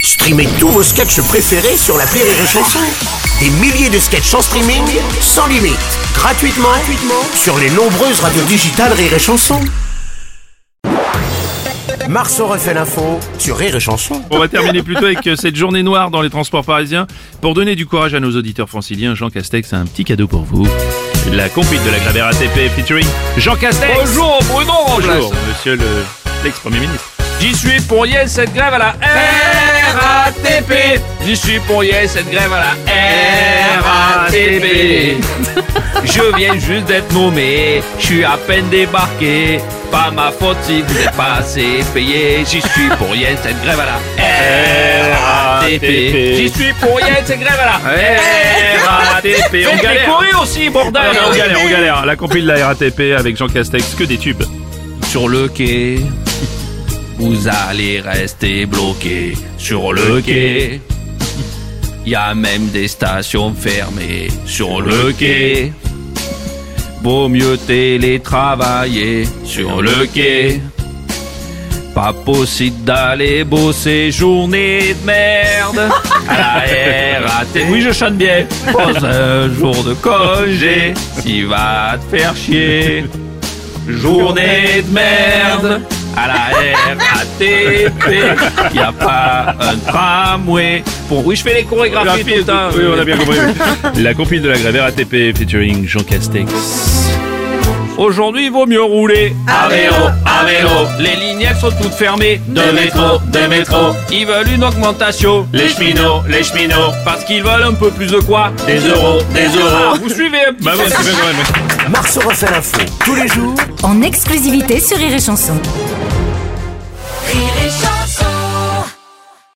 Streamez tous vos sketchs préférés sur la Rire et Chanson. Des milliers de sketchs en streaming, sans limite, gratuitement, gratuitement sur les nombreuses radios digitales Rire et Chanson. Marceau refait l'info sur Rire et Chanson. On va terminer plutôt avec euh, cette journée noire dans les transports parisiens. Pour donner du courage à nos auditeurs franciliens, Jean Castex a un petit cadeau pour vous. La compite de la Gravère ATP featuring Jean Castex. Bonjour Bruno Bonjour, monsieur le l'ex-premier ministre. J'y suis pour yes cette grève à la RATP J'y suis pour yes cette grève à la RATP Je viens juste d'être nommé, je suis à peine débarqué Pas ma faute si vous n'êtes pas assez payé J'y suis pour yes cette grève à la RATP J'y suis pour yes cette grève à la RATP, on Faites les galère. courriers aussi bordel Ah, on galère, on galère. La compile de la RATP avec Jean Castex, que des tubes. Sur le quai, vous allez rester bloqué. Sur le quai, il y a même des stations fermées. Sur le quai, vaut mieux télétravailler. Sur le quai, pas possible d'aller bosser journée de merde. À la RAT. Oui, je chante bien. Pose un jour de congé, s'il va te faire chier. Journée de merde à la RATP. Y a pas un tramway. Pour oui, je fais les chorégraphies tout le temps. Oui, on a bien compris. hein. La compile de la Gravère ATP featuring Jean Castex. Aujourd'hui, il vaut mieux rouler. À vélo, à vélo. Les lignes, elles sont toutes fermées. De métro, de métro. Ils veulent une augmentation. Les cheminots, les cheminots. Parce qu'ils veulent un peu plus de quoi Des euros, des euros. Vous suivez un petit Bah, peu ouais, c'est bien, ouais, ouais. Marceau refait l'info tous les jours en exclusivité sur Rire et Chanson. Rire et chanson.